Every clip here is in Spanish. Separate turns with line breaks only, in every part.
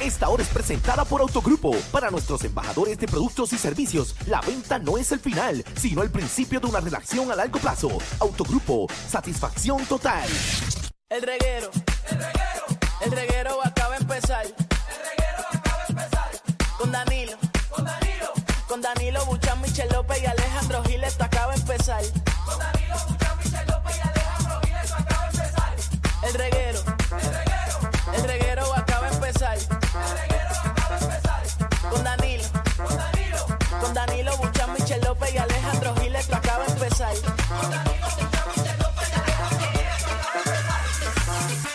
Esta hora es presentada por Autogrupo. Para nuestros embajadores de productos y servicios, la venta no es el final, sino el principio de una relación a largo plazo. Autogrupo, satisfacción total.
El reguero. El reguero. El reguero acaba de empezar. El reguero acaba de empezar. Con Danilo. Con Danilo. Con Danilo Buchan, Michel López y Alejandro Gil, esto acaba de empezar. Con Danilo Buchan, Michel López y Alejandro Gil, esto acaba de empezar. El reguero. El reguero. El reguero acaba de empezar. El reguero acaba de empezar. Con Danilo. Con Danilo. Con Danilo Buchan, Michel López y Alejandro Gil, esto acaba de empezar.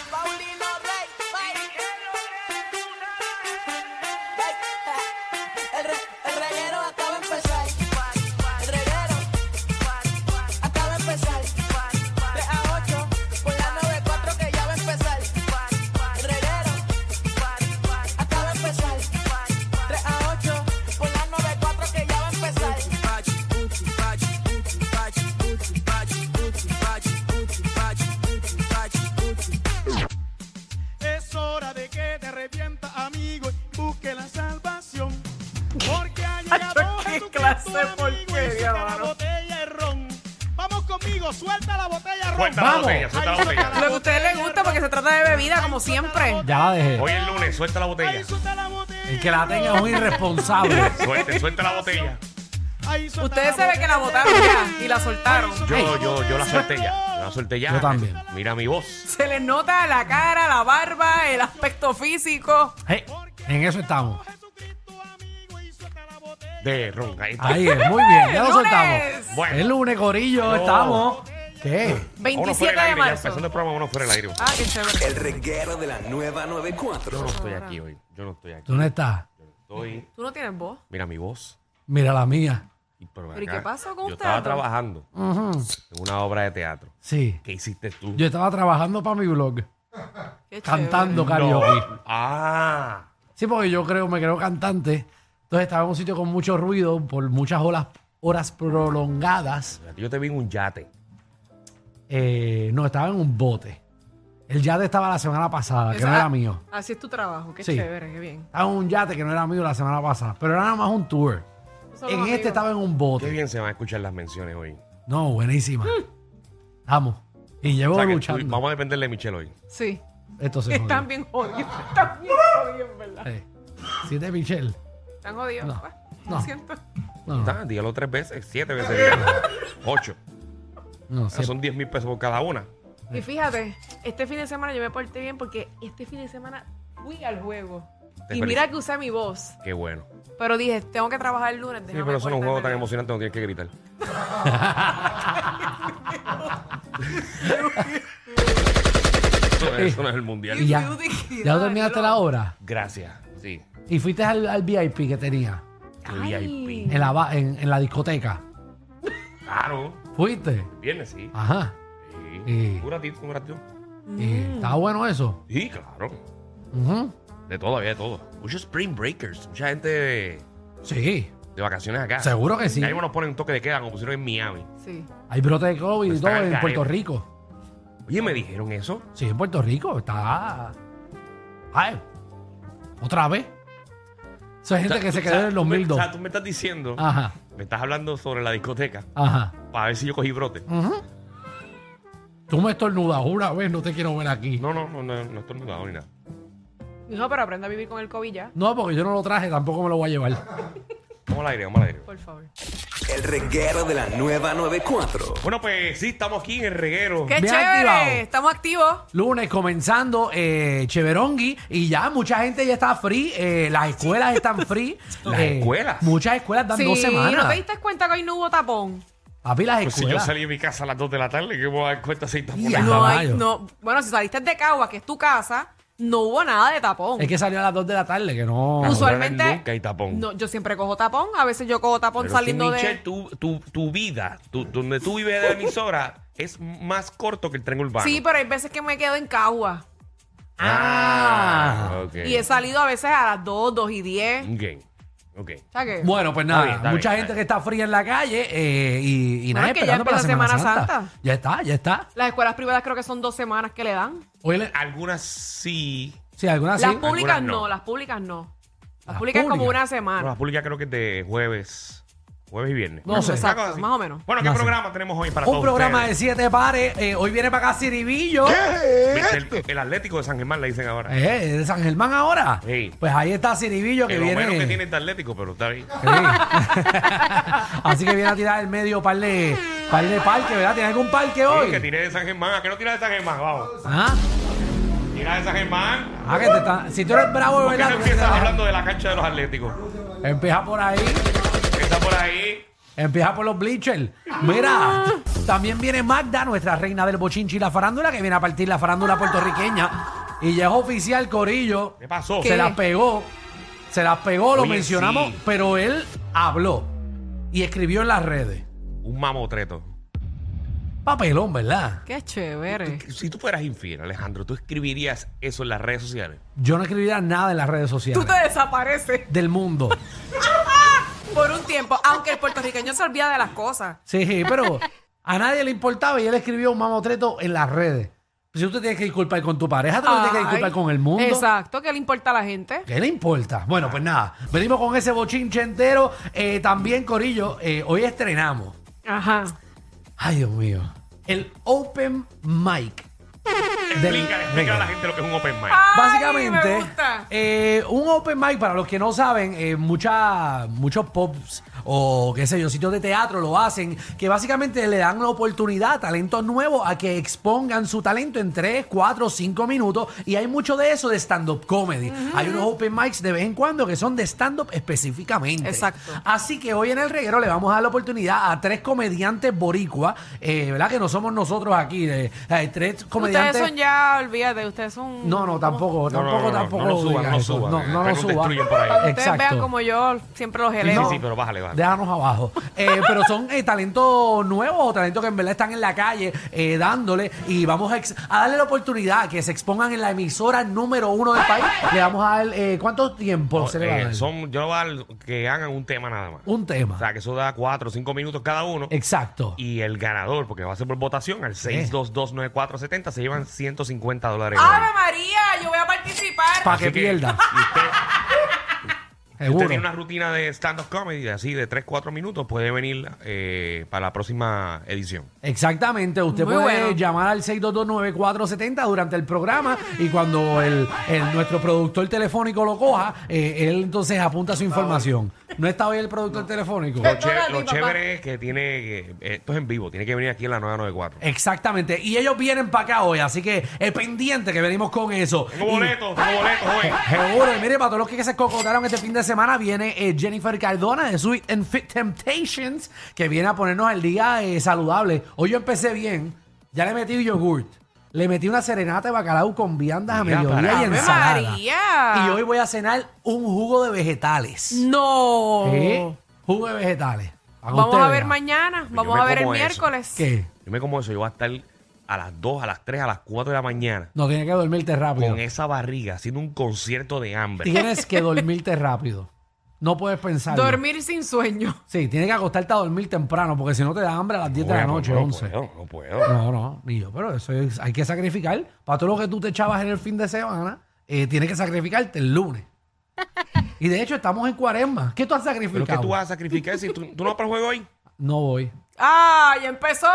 Paulino Rey, El, re- el reguero acaba de empezar. El reguero acaba de empezar. 3 a 8 por la 94 que ya va a empezar. El reguero acaba de empezar. 3 a 8 por la 94 que ya va a empezar.
Es hora de que te revienta, amigo, y busque la salvación. Porque ha llegado
qué
Jesucristo,
clase de
amigo, y
porquería,
saca la
mano.
botella de ron. Vamos conmigo, suelta la botella de ron.
Suelta la
Vamos.
botella, suelta la
Ahí saca
botella.
Lo que a ustedes les gusta porque se trata de bebida, como siempre.
Ya la dejé.
Hoy es lunes, suelta la botella.
Ahí suelta la botella.
El que la tenga es un irresponsable.
Suelte, suelta la botella.
Ahí suelta
Ustedes
la
se ve que la
botella.
botaron ya y la soltaron.
Yo, yo, yo la suelté ya. La suelté ya.
Yo también.
Mira mi voz.
Se les nota la cara, la barba, el aspecto físico.
Hey, en eso estamos.
Jesucristo, amigo, y suelta la botella.
De ron. Ahí está.
Ahí es, muy bien, ya lo
¡Lunes!
soltamos.
Bueno.
El lunes, Corillo,
No.
estamos. ¿Qué?
Vámonos fuera
27
del
de
aire, ya
marzo.
empezando el programa, uno fuera el aire.
Ah, qué chévere.
El reguero de la nueva 94.
Yo no estoy aquí hoy. Yo no estoy aquí.
¿Tú no estás?
Estoy.
Tú no tienes voz.
Mira mi voz.
Mira la mía.
Y, pero
¿Pero y
acá,
qué pasó con
Yo
usted,
estaba
Antonio?
trabajando en una obra de teatro.
Sí.
¿Qué hiciste tú?
Yo estaba trabajando para mi blog,
Qué chévere.
cantando
No.
karaoke.
Ah.
Sí, porque yo creo, me creo cantante. Entonces estaba en un sitio con mucho ruido por muchas horas, horas prolongadas.
Yo te vi en un yate.
Eh, no, estaba en un bote. El yate estaba la semana pasada, que
Eso-
no era
ah,
mío.
Así es tu trabajo. Qué
Sí.
chévere, qué bien.
Estaba en un yate que no era mío la semana pasada, pero era nada más un tour.
Son los
En
amigos.
este estaba en un
Qué
bote.
bien se van a escuchar las menciones hoy.
No, buenísima.
Mm.
Vamos. Y llevo
O sea que tú-
luchando.
vamos a depender de Michelle hoy.
Sí.
Esto se
Están
jodió.
bien jodidos. Están bien jodidos, en ¿verdad?
Eh, ¿Sí es de Michelle?
Están jodidos.
No,
Bueno,
no.
Lo siento.
No, no.
Está, Ah, dígalo tres veces, siete veces. dígalo. Ocho.
no,
O sea,
sí.
son 10 mil pesos por cada una.
Y fíjate, este fin de semana yo me porté bien porque este fin de semana fui al juego.
Te
Y
felicito.
mira que usé mi voz.
Qué bueno.
Pero dije, tengo que trabajar el lunes.
Sí,
déjame
pero eso no es un juego
portarme bien.
tan emocionante, no tienes que gritar. eso, no es- eso no es el
Y
mundial.
ya, ya lo terminaste la obra.
Gracias. Sí.
Y fuiste al, al VIP que tenía
Qué
Ay.
VIP.
en la, ba- en, en la discoteca.
Claro.
Fuiste.
Viernes, sí.
Ajá.
sí.
Sí.
Un ratito, un ratito.
Y
Mm.
estaba bueno eso.
Sí, claro.
Ujú.
De todo, había de todo. Muchos Spring Breakers. Mucha gente de,
Sí.
de vacaciones acá.
Seguro que sí.
Y ahí nos ponen un toque de queda, como pusieron en Miami.
Sí.
Hay brote de COVID y
Pues Está
todo
al
en
garete.
Puerto Rico.
Oye, me dijeron eso.
Sí, en Puerto Rico. Está. Ay. Otra vez. Eso es gente que se quedó en el
los Ah.
2002.
O sea, tú me estás diciendo,
Ajá.
me estás hablando sobre la discoteca
Ajá.
para ver si yo cogí brote.
Mm.
Tú me estornudas una vez, no te quiero ver aquí. No,
No, no, no, no, no estoy mudado ni nada.
No, pero aprende a vivir con el COVID ya,
porque yo no lo traje, tampoco me lo voy a llevar.
Vamos al aire, vamos al aire.
por favor.
Pues
El reguero de la nueva 94.
Bueno, pues sí, estamos aquí en el reguero.
¡Qué
Bien
chévere!
activado.
Estamos activos.
Lunes comenzando eh, Cheverongui y ya mucha gente ya está free, eh, las escuelas están free.
Las
eh,
escuelas.
Muchas escuelas dan
sí,
dos
¿no te
semanas.
diste cuenta que hoy no hubo tapón?
Papi, las
Pues si yo
escuelas.
salí de mi casa a las 2 de la tarde, ¿qué me voy a dar cuenta si está
Ya.
poniendo?
No hay,
caballo.
no. Bueno, si saliste de Cagua, que es tu casa, no hubo nada de tapón.
Es que salió a las 2 de la tarde, que no.
Usual-
Usualmente.
ahora nunca hay tapón.
No, yo siempre cojo tapón. A veces yo cojo tapón
Pero si,
saliendo
Michelle,
de.
tu, tu, tu vida, tu- donde tú vives de la emisora, es más corto que el tren urbano.
Sí, pero hay veces que me quedo en Cagua.
Ah, ok.
Y he salido a veces a las 2, 2 y 10. O
Ok, ok.
sea que.
Bueno, pues
Está
nada,
bien, Ah, está
mucha
bien,
gente
está
que está fría en la calle eh, y, y nada,
es que ya
esperando para la
empezó
Semana,
Semana
Santa.
Santa.
Ya está, ya está.
Las escuelas privadas creo que son dos semanas que le dan.
Hoy le- ah,
Algunas sí.
sí, algunas
las
¿Ah, sí.
públicas
algunas
no.
no.
las públicas no. Las,
Las
públicas como
públicas.
una
Pero
semana.
las públicas creo que es de jueves. Jueves y viernes.
No sé.
una
Exacto,
cosa así.
más o menos.
Bueno, ¿qué
No sé.
programa tenemos hoy para
Un
todos
programa
ustedes?
de siete pares. eh, hoy viene para acá Ciribillo.
¿Viste? El, el Atlético de San Germán le dicen ahora.
Eh, de San Germán ahora.
Sí.
Pues ahí está Ciribillo que
que lo
viene.
menos que tiene el Atlético, pero está bien.
Sí. Así que viene a tirar el medio par de, par de parque, ¿verdad? ¿Tiene algún parque
Sí,
hoy?
que tire de San Germán. ¿A qué no tira de San Germán? Vamos.
¿Ah?
Tira de San Germán.
Ah, que te está- Si tú eres bravo,
¿Por qué
¿verdad?
no empiezas hablando de la cancha de los Atléticos?
Empieza por ahí.
Empieza por ahí.
Empieza por los bleachers.
Ah.
Mira, también viene Magda, nuestra reina del bochinchi y la farándula, que viene a partir la
Ah.
farándula puertorriqueña. Y ya es oficial, Corillo.
¿Qué pasó?
Se las pegó. Se las pegó, lo
Oye,
mencionamos,
sí.
pero él habló y escribió en las redes.
Un mamotreto.
Papelón, ¿verdad?
Qué chévere.
Si tú fueras infiel, Alejandro, ¿tú escribiría eso en las redes sociales?
Yo no escribiría nada en las redes
Tú
sociales
te desapareces
del mundo.
por un tiempo, aunque el puertorriqueño se olvida de las cosas.
Sí, sí, pero a nadie le importaba y él escribió un mamotreto en las redes. Si tú te tienes que disculpar con tu pareja, tú no te tienes que disculpar
Ay,
con el mundo.
Exacto, ¿qué le importa a la gente?
¿Qué le importa? Bueno, pues nada, venimos con ese bochinche entero. Eh, también, Corillo, eh, hoy estrenamos.
Ajá.
Ay, Dios mío. El Open Mic. del
Explícale, explícale a la gente lo que es un open mic.
Ah, Básicamente,
me gusta.
eh, un open mic, para los que no saben, eh, mucha- muchos pops o qué sé yo, sitios de teatro lo hacen, que básicamente le dan la oportunidad a talentos nuevos a que expongan su talento en 3, 4, 5 minutos. Y hay mucho de eso de stand-up comedy. Hay unos open mics de vez en cuando que son de stand-up específicamente.
Exacto.
Así que hoy en el reguero le vamos a dar la oportunidad a tres comediantes boricua, eh, ¿verdad? Que no somos nosotros aquí, eh, eh, tres comediantes.
Ustedes son ya, olvídate, ustedes son.
No, no, tampoco,
No, no, no,
tampoco,
no,
tampoco.
no lo suba,
diga
no lo
eso.
suba,
No,
que
no lo
después nos
suba.
destruyen por ahí.
Para que
Exacto.
ustedes vean como yo siempre los
Sí,
elevo.
sí, pero bájale, bájale.
Déjanos abajo. Eh, pero son eh, talentos nuevos o talentos que en verdad están en la calle eh, dándole y vamos a, ex- a darle la oportunidad que se expongan en la emisora número uno del país. Le vamos a dar, eh, ¿cuánto tiempo
No,
se le va a
eh,
dar?
son, yo le voy a dar que hagan un tema nada más.
Un tema.
O sea, que eso da cuatro o cinco minutos cada uno.
Exacto.
Y el ganador, porque va a ser por votación, al 6229470, se llevan 150 dólares.
¡Ave María! Yo voy a participar.
Para
Así
que pierda.
y usted, si usted
Seguro.
tiene una rutina de stand-up comedy así de 3-4 minutos, puede venir eh, para la próxima edición.
Exactamente, usted
Muy
puede
bueno.
llamar al 6229470 durante el programa y cuando el, el- nuestro productor telefónico lo coja, eh, él entonces apunta su información. ¿No está hoy el productor telefónico?
Lo,
Perdona
che-
a ti,
lo
papá.
chévere es que tiene que- esto es en vivo, tiene que venir aquí en la 994.
Eh,
Exactamente, y ellos vienen para acá hoy, así que es pendiente que venimos con eso.
Tengo
Y-
boletos, tengo boletos, joven.
Seguro, y mire, para todos los que se cocotaron este fin de semana, viene eh, Jennifer Cardona de Sweet and Fit Temptations, que viene a ponernos al día eh, saludable. Hoy yo empecé bien, ya le metí yogurt, le metí una serenata de bacalao con viandas a
Mira para
mediodía y
allá.
¡Ave
ensalada.
María!
Y hoy voy a cenar un jugo de vegetales.
¡No!
¿Eh? Jugo de vegetales. Para que
Vamos
usted
a ver
vea.
mañana.
yo
Vamos
me
a ver el
como eso.
miércoles.
¿Qué?
Yo me como eso, yo voy a estar a las 2, a las 3, a las 4 de la mañana
No tienes que dormirte rápido.
con esa barriga haciendo un concierto de hambre.
Tienes que dormirte rápido. No puedes pensar.
Dormir sin sueño.
Sí, tienes que acostarte a dormir temprano, porque si no te da hambre a las 10 de la
Bueno,
noche,
no
11.
puedo, no puedo.
No, no, ni yo, pero eso es- hay que sacrificar. Para todo lo que tú te echabas en el fin de semana, eh, tienes que sacrificarte el lunes. y de hecho, estamos en cuaresma. ¿Qué tú has
Pero
sacrificado?
es que tú vas a sacrificar si tú, tú no vas para el juego hoy.
No voy.
¡Ah! Ya empezó.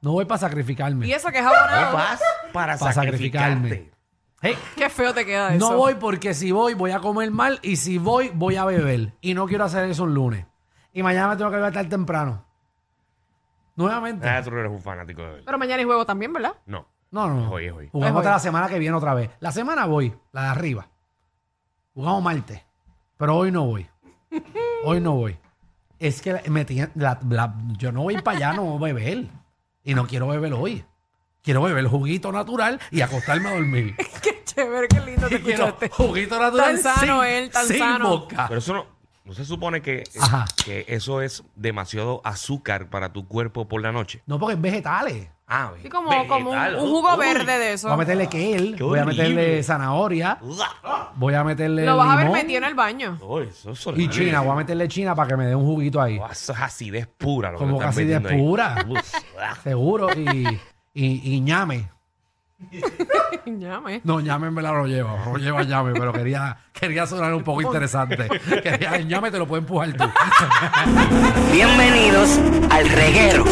No voy para sacrificarme.
Y eso que es
No
abonado.
vas Ah, para
Para
sacrificarte.
sacrificarme. Hey,
Qué feo te queda eso.
no voy porque si voy, voy a comer mal. Y si voy, voy a beber. Y no quiero hacer eso un lunes. Y mañana me tengo que levantar temprano. Nuevamente.
Ah, tú no eres un fanático de hoy.
Pero mañana hay juego también, ¿verdad?
No.
No, no, no.
Hoy es hoy.
Jugamos
Es hoy.
hasta la semana que viene otra vez. La semana voy, la de arriba. Jugamos martes. Pero hoy no voy. Hoy no voy. Es que me tiene- la- la- yo no voy para allá, no voy a beber. Y no quiero beber hoy. Quiero beber juguito natural y acostarme a dormir.
Qué Chévere, qué lindo te
Y quiero
escuchaste.
juguito natural
este Tan sano
sin-
él, tan
sin
sano.
vodka.
Pero eso no, no se supone que,
Ajá.
que eso es demasiado azúcar para tu cuerpo por la noche.
No, porque es vegetales.
Ah,
Sí, como,
vegetal.
como un, un
Uy,
jugo verde de eso.
Voy a meterle kale,
qué
voy a
horrible.
meterle zanahoria,
uah,
voy a meterle
Lo vas a ver
limón
metido en el baño.
uy, eso es
y
horrible.
china, voy a meterle china para que me dé un juguito ahí.
Uah, Eso es acidez pura. Lo
Como
que
casi de pura.
pura.
Seguro. Y, y, y ñame.
Ñame.
No, ñame me la lo llevo. No lleva ñame, pero quería, quería sonar un poco interesante. Quería, el ñame te lo puede empujar tú.
Bienvenidos al reguero.